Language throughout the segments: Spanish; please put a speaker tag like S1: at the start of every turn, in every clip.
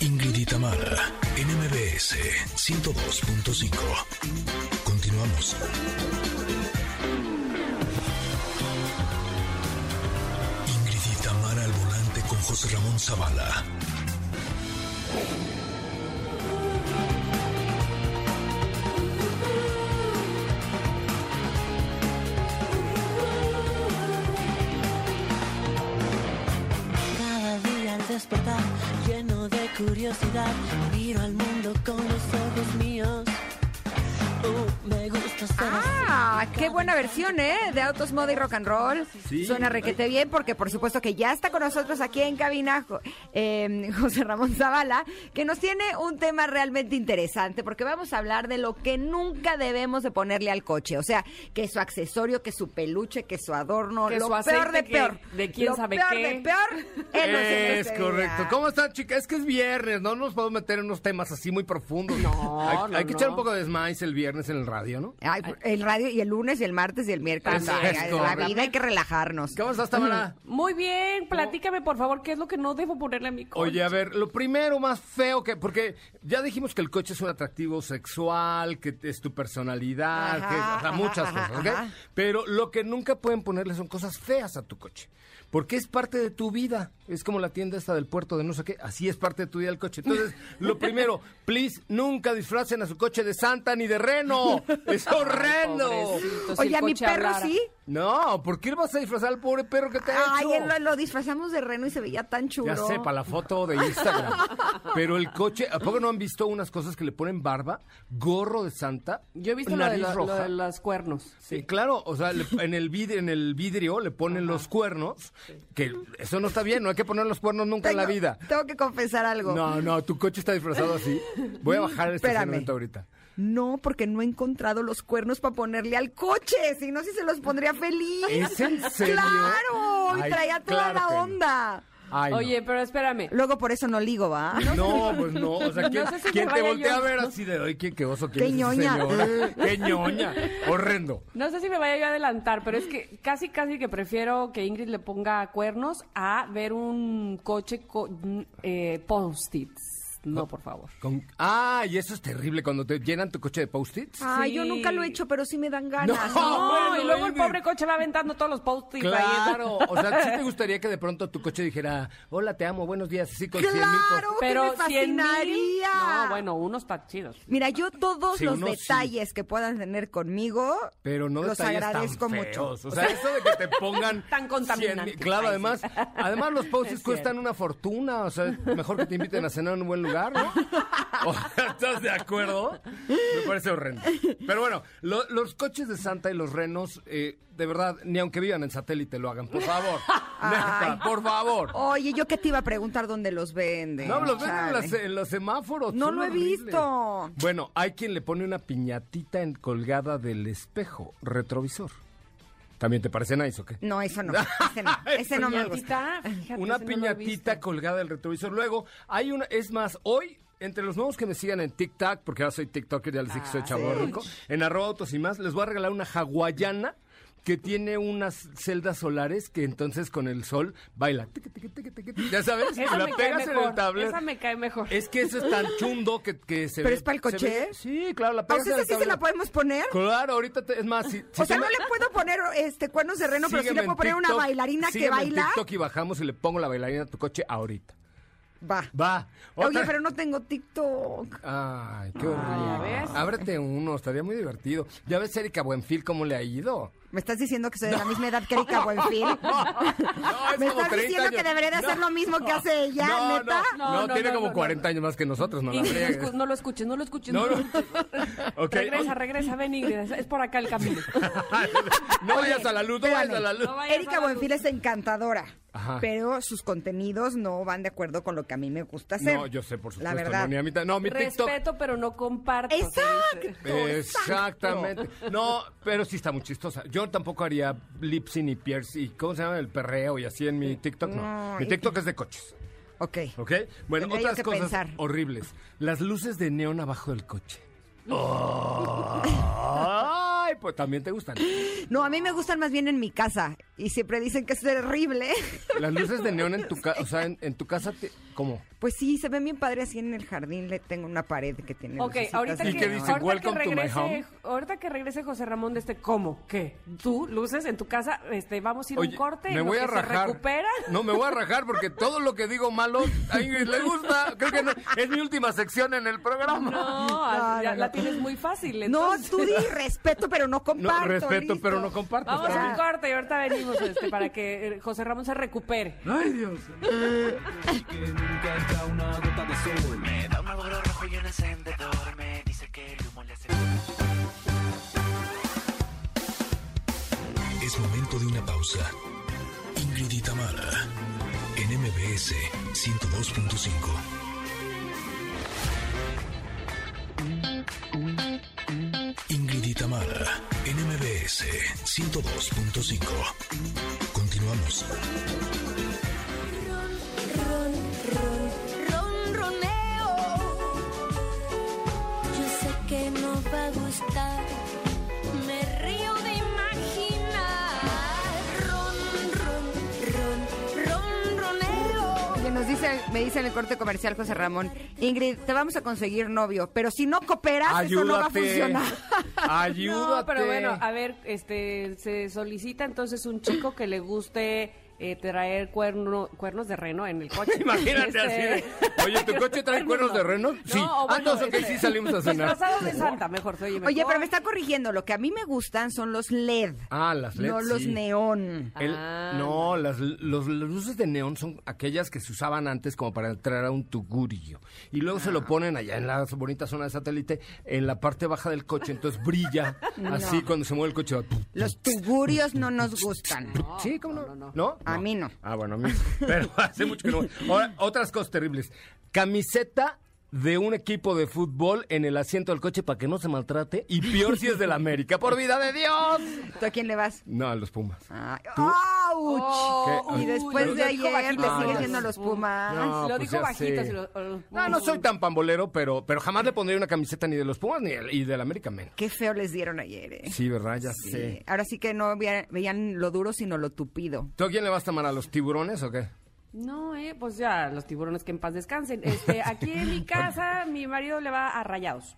S1: Ingrid y Tamara, en MBS 102.5. Continuamos. Ingrid y Tamara al volante con José Ramón Zavala.
S2: Cada día al despertar, lleno de curiosidad, miro al mundo con los ojos míos. Oh, me gusta ser
S3: Ah, qué buena versión, ¿eh? De Autos Moda y Rock and Roll.
S4: Sí.
S3: Suena requete bien porque por supuesto que ya está con nosotros aquí en cabina Jo- eh, José Ramón Zavala, que nos tiene un tema realmente interesante porque vamos a hablar de lo que nunca debemos de ponerle al coche. O sea, que su accesorio, que su peluche, que su adorno,
S5: Que
S3: lo
S5: su
S3: peor de
S5: aceite, que
S3: peor.
S5: de quién
S3: Lo
S5: sabe
S3: peor
S5: qué.
S3: de peor es lo que
S4: Es
S3: sucede.
S4: correcto. ¿Cómo están, chicas? Es que es viernes, no nos podemos meter en unos temas así muy profundos.
S5: No,
S4: hay,
S5: no,
S4: hay que
S5: no.
S4: echar un poco de smice el viernes en el radio, ¿no?
S3: Ay, el radio y el lunes y el martes y el miércoles.
S4: Eso es
S3: Ay, la
S4: correcto.
S3: vida hay que relajarnos.
S4: ¿Cómo estás, Tamara?
S5: Muy bien, platícame por favor qué es lo que no debo ponerle a mi coche.
S4: Oye, a ver, lo primero más feo que... Porque ya dijimos que el coche es un atractivo sexual, que es tu personalidad,
S3: Ajá,
S4: que es, o sea,
S3: ajá,
S4: muchas
S3: ajá,
S4: cosas, ¿ok?
S3: ajá.
S4: Pero lo que nunca pueden ponerle son cosas feas a tu coche. Porque es parte de tu vida. Es como la tienda esta del puerto de no sé qué. Así es parte de tu vida el coche. Entonces, lo primero, please, nunca disfracen a su coche de santa ni de reno. Es horrendo.
S5: Pobrecito, si
S3: Oye,
S5: el
S3: a mi
S5: coche
S3: perro
S5: hablara.
S3: sí.
S4: No, ¿por qué le vas a disfrazar al pobre perro que te ha
S3: Ay,
S4: hecho?
S3: él lo, lo disfrazamos de reno y se veía tan chulo.
S4: Ya sé, para la foto de Instagram. Pero el coche, ¿a poco no han visto unas cosas que le ponen barba, gorro de santa,
S5: Yo he visto lo de,
S4: nariz
S5: la- lo
S4: roja?
S5: de los cuernos.
S4: Sí, claro, o sea, le- en, el vidrio, en el vidrio le ponen los cuernos, que eso no está bien, no hay que poner los cuernos nunca
S3: Tengo-
S4: en la vida.
S3: Tengo que confesar algo.
S4: No, no, tu coche está disfrazado así. Voy a bajar el
S3: Espérame.
S4: estacionamiento ahorita.
S3: No, porque no he encontrado los cuernos para ponerle al coche. Si no, si se los pondría feliz.
S4: ¿Es en serio?
S3: ¡Claro! Y
S4: Ay,
S3: traía toda
S4: claro que
S3: la
S4: no.
S3: onda.
S4: Ay, no.
S5: Oye, pero espérame.
S3: Luego por eso no ligo, ¿va?
S4: No, pues no. O sea, ¿quién,
S5: No sé si
S4: quién
S5: me
S4: te
S5: vaya
S4: voltea
S5: yo.
S4: a ver así de hoy? ¿Quién qué oso? ¿Quién
S3: Qué
S4: es esa
S3: ñoña.
S4: señora? ¡Qué ñoña! Horrendo.
S5: No sé si me vaya yo a adelantar, pero es que casi, casi que prefiero que Ingrid le ponga cuernos a ver un coche con eh, post-its. No, por favor.
S4: Con- Ah, y eso es terrible cuando te llenan tu coche de post-its.
S3: Ay, yo
S5: Sí.
S3: nunca lo he hecho, pero sí me dan ganas.
S4: No.
S5: No,
S4: Ah, bueno,
S5: y luego el
S4: Ingrid.
S5: pobre coche va aventando todos los post-its. ahí.
S4: Claro, o sea, ¿sí te gustaría que de pronto tu coche dijera, hola, te amo, buenos días, sí, con cien mil
S3: ¡Claro!
S4: post-its?
S3: que
S5: Pero
S3: me
S5: 100 mil.
S3: fascinaría.
S5: No, bueno, unos tan chidos.
S3: Mira, yo todos
S4: Sí,
S3: los
S4: uno sí.
S3: detalles que puedan tener conmigo
S4: Pero no
S3: los
S4: detalles
S3: agradezco
S4: tan
S3: mucho.
S4: feos. O sea, eso de que te pongan...
S5: Tan contaminante.
S4: 100,000. Claro,
S5: Ay, sí.
S4: además, además los
S5: Es
S4: post-its
S5: cierto.
S4: cuestan una fortuna. O sea, es mejor que te inviten a cenar en un buen lugar, ¿no? O sea, ¿Estás de acuerdo? Me parece horrendo. Pero bueno, lo- los coches de Santa y los renos, eh, de verdad, ni aunque vivan en satélite lo hagan, por favor. Neta, por favor.
S3: Oye, yo que te iba a preguntar dónde los venden.
S4: No, los ven en,
S3: Chale.
S4: las- en los semáforos.
S3: No
S4: son
S3: lo he
S4: horribles.
S3: visto.
S4: Bueno, hay quien le pone una piñatita en, colgada del espejo retrovisor. ¿También te parece nice o qué?
S3: No, eso no. Ese no, ese no me gusta.
S5: Piñatita, fíjate,
S4: una
S5: ese no lo he
S4: piñatita
S5: visto.
S4: colgada del retrovisor. Luego, hay una, es más, hoy, entre los nuevos que me sigan en TikTok, porque ahora soy TikToker, ya les dije que
S5: Ah,
S4: soy chavo rico, en arroba autos y más, les voy a regalar una hawaiana que tiene unas celdas solares que entonces con el sol baila. Tiqui, tiqui, tiqui, tiqui, tiqui. Ya sabes, y
S5: Esa
S4: la
S5: me cae
S4: pegas en
S5: mejor,
S4: el tablero.
S5: Esa me cae mejor.
S4: Es que eso es tan chundo que, que se
S3: ¿Pero
S4: ve-
S3: es para el
S4: se
S3: coche?
S4: ve- sí, claro, la
S3: ¿A
S4: pegas en
S3: ustedes
S4: el
S3: sí se la
S4: tablero.
S3: podemos poner?
S4: Claro, ahorita te- es más, si, si
S3: O sea,
S4: tú
S3: no
S4: me-
S3: le puedo poner este cuernos de reno, pero sí
S4: sígueme
S3: le
S4: en
S3: puedo poner una
S4: TikTok,
S3: bailarina que
S4: sígueme en
S3: baila.
S4: TikTok y bajamos y le pongo la bailarina a tu coche ahorita.
S3: Va.
S4: Va.
S3: Oye,
S4: Otra-
S3: pero no tengo TikTok.
S4: Ay, qué horrible.
S5: ¿ya ves?
S4: Ábrete uno, estaría muy divertido. Ya ves Erika Buenfil cómo le ha ido.
S3: ¿Me estás diciendo que soy de la misma edad que Erika Buenfil?
S4: No, es
S3: ¿Me
S4: como
S3: estás
S4: 30
S3: diciendo que
S4: años.
S3: debería de hacer lo mismo que hace ella,
S4: no,
S3: neta?
S4: No, no,
S5: No, no,
S4: tiene
S5: no,
S4: como
S5: no,
S4: 40 años más que nosotros, no la
S5: Ingrid,
S4: friegues.
S5: escu- no lo escuches, no lo escuches.
S4: No,
S5: no lo
S4: no.
S5: escuches.
S4: Ok.
S5: Regresa, regresa, ven Ingrid, es- es por acá el camino.
S4: no vayas a la luz, no vayas
S3: Espérame.
S4: a la luz.
S5: No vayas a
S3: Erika
S5: la
S3: Buenfil es encantadora,
S4: Ajá.
S3: pero sus contenidos no van de acuerdo con lo que a mí me gusta hacer.
S4: No, yo sé, por supuesto.
S3: La verdad.
S4: No, ni a mí ta- no, mi TikTok.
S5: Respeto, pero no comparto. se dice.
S3: Exacto.
S4: Exactamente. No, pero sí está muy chistosa. Yo tampoco haría lipsy ni pierce y cómo se llama el perreo y así en mi TikTok. No,
S3: No,
S4: mi
S3: y-
S4: TikTok es de coches.
S3: Ok.
S4: ¿Ok? Bueno,
S3: Tendría yo
S4: otras
S3: que
S4: cosas
S3: pensar.
S4: horribles. Las luces de neón abajo del coche. ¡Ay, pues también te gustan.
S3: No, a mí me gustan más bien en mi casa. Y siempre dicen que es terrible.
S4: Las luces de neón en tu casa, o sea, en, en tu casa, te- ¿cómo?
S3: Pues sí, se ven bien padre así en el jardín. Le tengo una pared que tiene.
S5: Ok,
S3: lucecitas
S5: ahorita
S3: de
S4: ¿Y
S5: que,
S4: qué
S3: neón.
S4: dice?
S5: ahorita que
S4: Welcome to my
S5: regrese,
S4: home.
S5: ahorita que regrese José Ramón de este cómo, ¿qué? Tú luces en tu casa, este, vamos a ir a un
S4: Oye,
S5: corte,
S4: me
S5: en lo
S4: voy a
S5: que se
S4: rajar.
S5: recupera.
S4: No, me voy a rajar porque todo lo que digo malo a Ingrid le gusta. Creo que no- es mi última sección en el programa.
S5: No,
S3: No,
S5: ya
S3: no,
S5: la
S3: no.
S5: tienes muy fácil.
S3: No,
S5: entonces.
S3: tú di respeto, pero no
S4: No,
S3: comparto.
S4: respeto,
S3: listo.
S4: pero no comparto.
S5: Vamos
S4: Está
S5: a un
S4: bien.
S5: corte y ahorita venimos este, para que eh, José Ramón se recupere.
S4: Ay, Dios.
S6: que nunca entra una gota de sol.
S7: Me da un agujero rojo y un encendedor. Me dice que el humo le hace. bien.
S1: Es momento de una pausa. Ingrid y Tamara en MBS 102.5. Ingrid y Tamara en MBS 102.5. Continuamos.
S8: Ronroneo. Yo sé que no va a gustar. Me río de imaginar. Ron, ron, ron, ronroneo.
S3: Oye, nos dice, me dice en el corte comercial José Ramón, Ingrid, te vamos a conseguir novio, pero si no cooperas, eso no va a funcionar.
S4: Ayúdate.
S5: No, pero bueno, a ver, este, se solicita entonces un chico que le guste eh, traer cuerno, cuernos de reno en el coche.
S4: Imagínate
S5: Este-
S4: así de, oye, ¿tu coche trae cuernos de reno? Sí.
S5: No, o
S4: Ah, no,
S5: bueno,
S4: ok, sí salimos a
S5: pues,
S4: cenar.
S5: pasado de Santa, mejor soy
S3: Oye, pero me está corrigiendo, lo que a mí me gustan son los LED,
S4: Ah, las LEDs.
S3: no los
S4: sí.
S3: neón.
S4: El-
S5: Ah.
S4: no, las, los- las luces de neón son aquellas que se usaban antes como para entrar a un tugurio. Y luego se
S5: Ah.
S4: lo ponen allá en la bonita zona de satélite, en la parte baja del coche, entonces brilla así cuando se mueve el coche. va tum,
S3: Los tugurios no nos gustan.
S4: sí, ¿cómo no? No,
S3: A mí no.
S4: Ah, bueno, a mí. Pero hace mucho que no. Ahora, otras cosas terribles. Camiseta de un equipo de fútbol en el asiento del coche para que no se maltrate. Y peor si es del América. ¡Por vida de Dios!
S3: ¿Tú a quién le vas?
S4: No, a los Pumas.
S3: Ay,
S4: ¿Tú?
S3: ¡auch!
S5: Oh,
S4: ¿Qué?
S3: y
S4: Uy,
S3: después
S4: lo
S3: de
S5: dijo
S3: ayer
S5: bajito,
S3: te siguen
S4: bajito.
S3: siendo los Pumas.
S4: No,
S5: lo
S4: pues
S5: dijo
S4: ya
S5: bajito.
S4: sé.
S5: si lo- oh,
S4: No, no soy tan pambolero, pero, pero jamás le pondría una camiseta ni de los Pumas ni del- y del América menos.
S3: Qué feo les dieron ayer, eh.
S4: Sí, ¿verdad? Ya
S3: Sí.
S4: sé.
S3: Ahora sí que no vea- veían lo duro, sino lo tupido.
S4: ¿Tú a quién le vas a tomar? ¿A los tiburones o qué?
S5: No, eh, pues ya, los tiburones que en paz descansen. Este, aquí en mi casa, mi marido le va a rayados.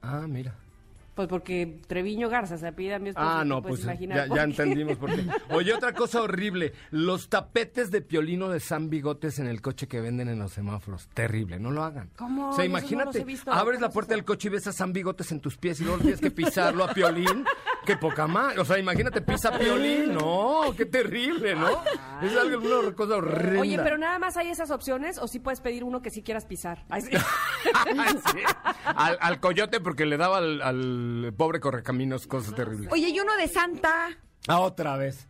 S4: Ah, mira.
S5: Pues porque Treviño Garza se pide a mi esposo.
S4: Ah,
S5: te
S4: no,
S5: puedes
S4: pues
S5: imaginar
S4: ya,
S5: por
S4: ya
S5: qué.
S4: entendimos por qué. Oye, otra cosa horrible. Los tapetes de piolino de San Bigotes en el coche que venden en los semáforos. Terrible, no lo hagan.
S5: ¿Cómo?
S4: O
S5: Yo esos no
S4: sea, imagínate,
S5: los he visto.
S4: abres
S5: ¿Cómo
S4: la
S5: es
S4: puerta
S5: eso?
S4: del coche y ves a San Bigotes en tus pies y luego tienes que pisarlo a piolín. Qué poca más. O sea, imagínate, pisa piolín. No, qué terrible, ¿no? Es algo, una cosa horrible.
S5: Oye, pero nada más hay esas opciones o sí puedes pedir uno que sí quieras pisar. Ay, sí.
S4: al, al coyote porque le daba al, al pobre correcaminos cosas terribles.
S3: Oye, y uno de Santa.
S4: Ah, otra vez.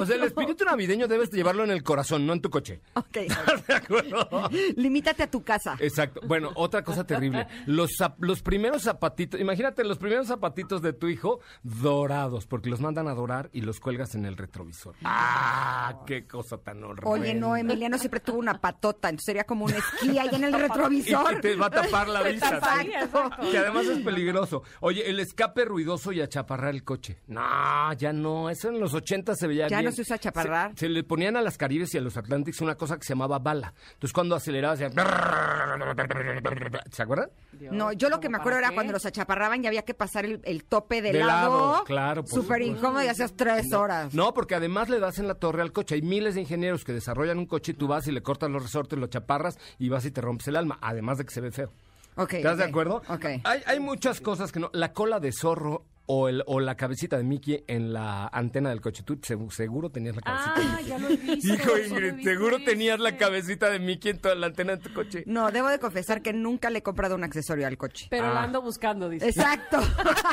S4: O sea, el espíritu navideño debes de llevarlo en el corazón, no en tu coche.
S3: Ok.
S4: ¿Estás de acuerdo?
S3: Limítate a tu casa.
S4: Exacto. Bueno, otra cosa terrible. Los, zap- los primeros zapatitos, imagínate, los primeros zapatitos de tu hijo dorados, porque los mandan a dorar y los cuelgas en el retrovisor. ¡Ah! ¡Qué cosa tan horrible!
S3: Oye, no, Emiliano siempre tuvo una patota, entonces sería como una esquía ahí en el retrovisor.
S4: Y te va a tapar la vista. ¿sí?
S5: taparía, exacto.
S4: Que además es peligroso. Oye, el escape ruidoso y achaparrar el coche. No, ya no. Eso en los 80 se veía
S3: Ya
S4: bien.
S3: no se usa achaparrar.
S4: Se, se le ponían a las Caribes y a los Atlantics una cosa que se llamaba bala. Entonces cuando acelerabas... hacía- ¿Se acuerdan?
S3: No, yo lo que me
S5: ¿Cómo
S3: acuerdo
S5: para
S3: era
S5: qué?
S3: cuando los achaparraban y había que pasar el, el tope de,
S4: De
S3: lado.
S4: lado, claro, por
S3: Súper
S4: supuesto.
S3: incómodo y hacías tres horas.
S4: No, porque además le das en la torre al coche. Hay miles de ingenieros que desarrollan un coche y tú vas y le cortas los resortes, lo chaparras y vas y te rompes el alma. Además de que se ve feo.
S3: Ok,
S4: ¿Estás de
S3: ok,
S4: acuerdo?
S3: ok.
S4: Hay, hay muchas cosas que no. La cola de zorro o, el, o la cabecita de Mickey en la antena del coche. Tú segu- seguro tenías la cabecita. de
S5: Ah,
S4: Mickey.
S5: ya lo he visto. eso lo
S4: Hijo
S5: he
S4: Ingrid,
S5: visto, este.
S4: seguro
S5: sí.
S4: tenías la cabecita de Mickey en toda la antena de tu coche.
S3: No, debo de confesar que nunca le he comprado un accesorio al coche.
S5: Pero la
S4: Ah.
S5: ando buscando, dice.
S3: Exacto.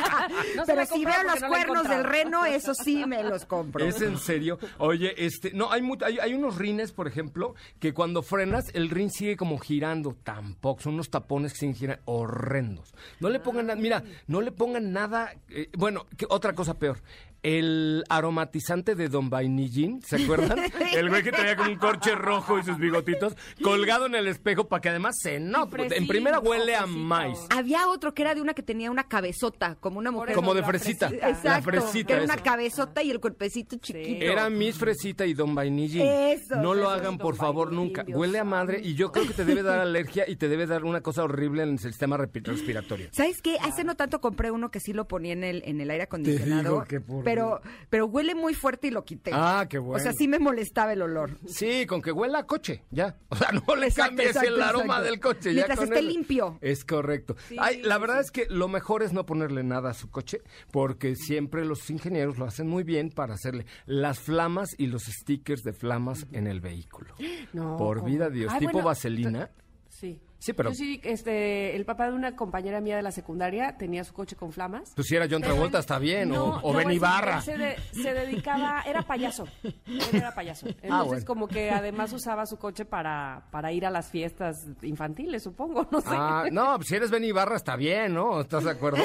S5: No se
S3: Pero
S5: la he
S3: si
S5: comprado
S3: veo los
S5: porque no la he
S3: cuernos del
S5: encontrado.
S3: reno, eso sí me los compro.
S4: Es en serio. Oye, este, no, hay, mu- hay hay unos rines, por ejemplo, que cuando frenas, el rin sigue como girando. Tampoco, son unos tapones que siguen girando horrendos. No le pongan nada, mira, no le pongan nada. eh, bueno, que- otra cosa peor. el aromatizante de Don Vainillín, ¿se acuerdan? El güey que traía con un corche rojo y sus bigotitos colgado en el espejo para que además se note.
S5: fresita,
S4: En primera huele a
S5: fresita.
S4: maíz.
S3: Había otro que era de una que tenía una cabezota, como una mujer.
S4: Como de
S5: la
S4: fresita.
S5: fresita.
S4: La
S3: Exacto. que
S4: fresita.
S3: era una
S4: esa.
S3: cabezota y el cuerpecito chiquito.
S4: Era Miss Fresita y Don Vainillín.
S3: Eso,
S4: no lo
S3: eso,
S4: hagan,
S3: Don
S4: por favor,
S3: Vainillín,
S4: nunca.
S3: Dios
S4: Huele a madre y yo creo que te debe dar alergia y te debe dar una cosa horrible en el sistema repi- respiratorio.
S3: ¿Sabes qué? Hace no tanto compré uno que sí lo ponía en el, en el aire acondicionado.
S4: digo que por-
S3: pero, pero huele muy fuerte y lo quité.
S4: Ah, qué bueno.
S3: O sea, sí me molestaba el olor.
S4: Sí, con que huela a coche, ya. O sea, no le
S3: Exacto,
S4: cambies
S3: exacto,
S4: el aroma
S3: exacto.
S4: del coche. ya
S3: Mientras
S4: con
S3: esté
S4: él.
S3: limpio.
S4: Es correcto. Ay, la verdad es que lo mejor es no ponerle nada a su coche, porque siempre los ingenieros lo hacen muy bien para hacerle las flamas y los stickers de flamas en el vehículo.
S5: No,
S4: Por
S5: ¿cómo?
S4: vida de Dios,
S5: Ay,
S4: tipo
S5: bueno,
S4: vaselina.
S5: Sí.
S4: Sí, pero-
S5: Yo sí, este, el papá de una compañera mía de la secundaria tenía su coche con flamas.
S4: Pues si era John
S5: Pero
S4: Travolta
S5: él-
S4: está bien,
S5: No,
S4: o, o
S5: no,
S4: Ben
S5: él
S4: Ibarra.
S5: Se, de- se dedicaba, era payaso. Él era payaso. Entonces,
S4: Ah, bueno.
S5: como que además usaba su coche para, para ir a las fiestas infantiles, supongo, no sé.
S4: Ah, no, pues si eres Ben Ibarra está bien, ¿no? ¿Estás de acuerdo?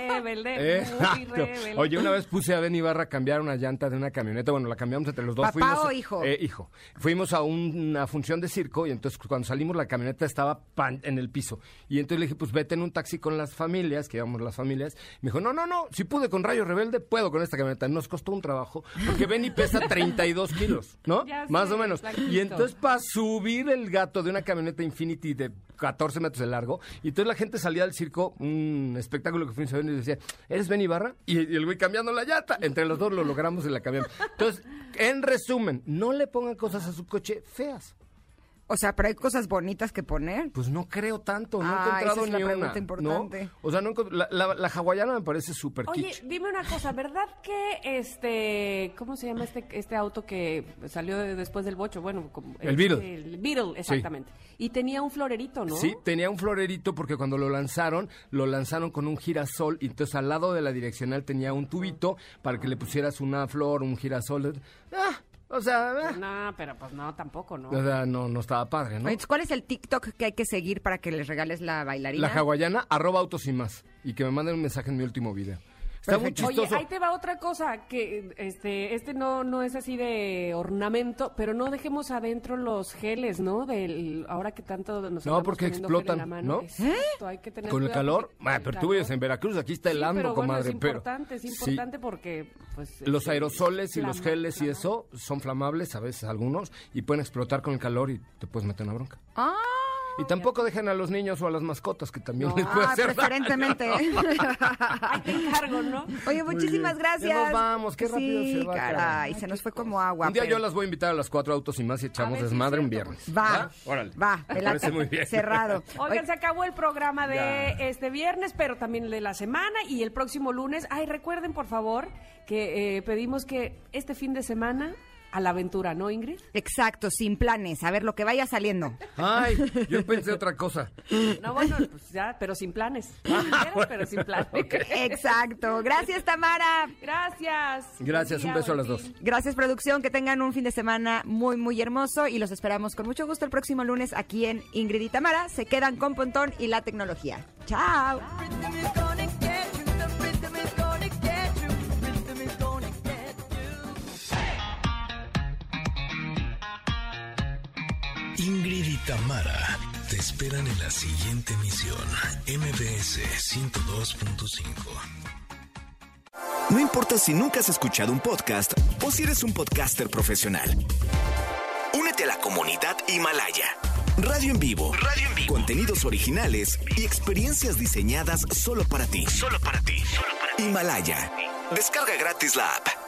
S5: Rebelde, muy
S4: Exacto.
S5: rebelde.
S4: Oye, una vez puse a Ben Ibarra a cambiar una llanta de una camioneta. Bueno, la cambiamos entre los dos.
S3: ¿Papá o hijo?
S4: Eh, hijo. Fuimos a un- una función de circo y entonces cuando salimos la camioneta estaba pan en el piso. Y entonces le dije, pues vete en un taxi con las familias, que íbamos las familias. Me dijo, no, no, no, si pude con Rayo Rebelde, puedo con esta camioneta. Nos costó un trabajo porque Benny pesa 32 kilos, ¿no?
S5: Ya
S4: Más
S5: sé,
S4: o menos. Y
S5: flaquito.
S4: entonces para subir el gato de una camioneta Infinity de 14 metros de largo. Y entonces la gente salía del circo, un espectáculo que fue en y decía, ¿eres Ben Ibarra? Y, y el güey cambiando la llanta. Entre los dos lo logramos en la camioneta. Entonces, en resumen, no le pongan cosas a su coche feas.
S3: O sea, pero hay cosas bonitas que poner.
S4: Pues no creo tanto, no
S3: Ah,
S4: he encontrado
S3: esa es la
S4: ni
S3: pregunta
S4: una,
S3: importante.
S4: ¿no? O sea, no he encont- la, la- la hawaiana me parece súper
S5: Oye,
S4: kitsch.
S5: dime una cosa, ¿verdad que este, ¿cómo se llama este, este auto que salió de- después del bocho? Bueno, como-
S4: El Beetle.
S5: El Beetle, exactamente. Y tenía un florerito, ¿no?
S4: Sí, tenía un florerito porque cuando lo lanzaron, lo lanzaron con un girasol y entonces al lado de la direccional tenía un tubito para que le pusieras una flor, un girasol. Ah, o sea, ah.
S5: No, pero pues no, tampoco, ¿no?
S4: O sea, no, no estaba padre, ¿no?
S3: Oye, ¿cuál es el TikTok que hay que seguir para que les regales la bailarina?
S4: La hawaiana, arroba autos y más. Y que me manden un mensaje en mi último video. Está muy
S5: Oye,
S4: chistoso.
S5: ahí te va otra cosa, que este, este no, no es así de ornamento, pero no dejemos adentro los geles, ¿no? Del, ahora que tanto nos
S4: No,
S5: andamos
S4: porque
S5: poniendo gel en la
S4: explotan,
S5: mano.
S4: ¿no?
S5: Exacto, hay que tener
S4: Con el
S5: cuidado
S4: calor,
S5: porque
S4: ah,
S5: el
S4: pero tú
S5: calor-
S4: vives en Veracruz, aquí está
S5: Sí,
S4: helando,
S5: pero bueno,
S4: comadre.
S5: es
S4: pero-
S5: importante, es
S4: Sí.
S5: importante porque... Pues,
S4: Los
S5: este,
S4: aerosoles y los
S5: flama-
S4: geles y
S5: flama.
S4: eso son flamables, a veces algunos, y pueden explotar con el calor y te puedes meter una bronca.
S3: Ah,
S4: Y tampoco dejen a los niños o a las mascotas, que también les puede
S3: ah,
S4: hacer
S3: preferentemente.
S5: Ay, te encargo, ¿no?
S3: Oye, muchísimas gracias.
S4: Ya nos vamos, qué rápido
S3: sí,
S4: se va,
S3: Caray,
S4: caray.
S3: se nos fue como agua.
S4: Un día
S3: pero-
S4: yo las voy a invitar a las cuatro autos y más y echamos
S5: A ver si
S4: desmadre
S5: es
S4: un
S5: cierto,
S4: viernes.
S3: Va,
S4: Órale.
S3: va,
S4: Me
S3: me late.
S4: parece muy bien.
S3: cerrado.
S5: Oigan, se acabó el programa de
S4: Ya.
S5: este viernes, pero también el de la semana y el próximo lunes. Ay, recuerden, por favor, que eh, pedimos que este fin de semana a la aventura, ¿no, Ingrid?
S3: Exacto, sin planes, a ver lo que vaya saliendo.
S4: Ay, yo pensé otra cosa.
S5: No, bueno, pues ya, pero sin planes. Si quieres, pero sin planes.
S3: Exacto, gracias Tamara.
S5: Gracias.
S4: Gracias,
S5: Buen
S4: un beso a
S5: buen
S4: las dos.
S5: fin.
S3: Gracias producción, que tengan un fin de semana muy muy hermoso y los esperamos con mucho gusto el próximo lunes aquí en Ingrid y Tamara. Se quedan con Pontón y la tecnología. Chao.
S8: Rhythm is gonna get you. The rhythm is gonna get you. Rhythm is gonna get you.
S1: Ingrid y Tamara te esperan en la siguiente emisión. MBS 102.5.
S9: No importa si nunca has escuchado un podcast o si eres un podcaster profesional. Únete a la comunidad Himalaya. Radio en vivo. Radio en vivo. Contenidos originales y experiencias diseñadas solo para ti. Solo para ti. Himalaya. Descarga gratis la app.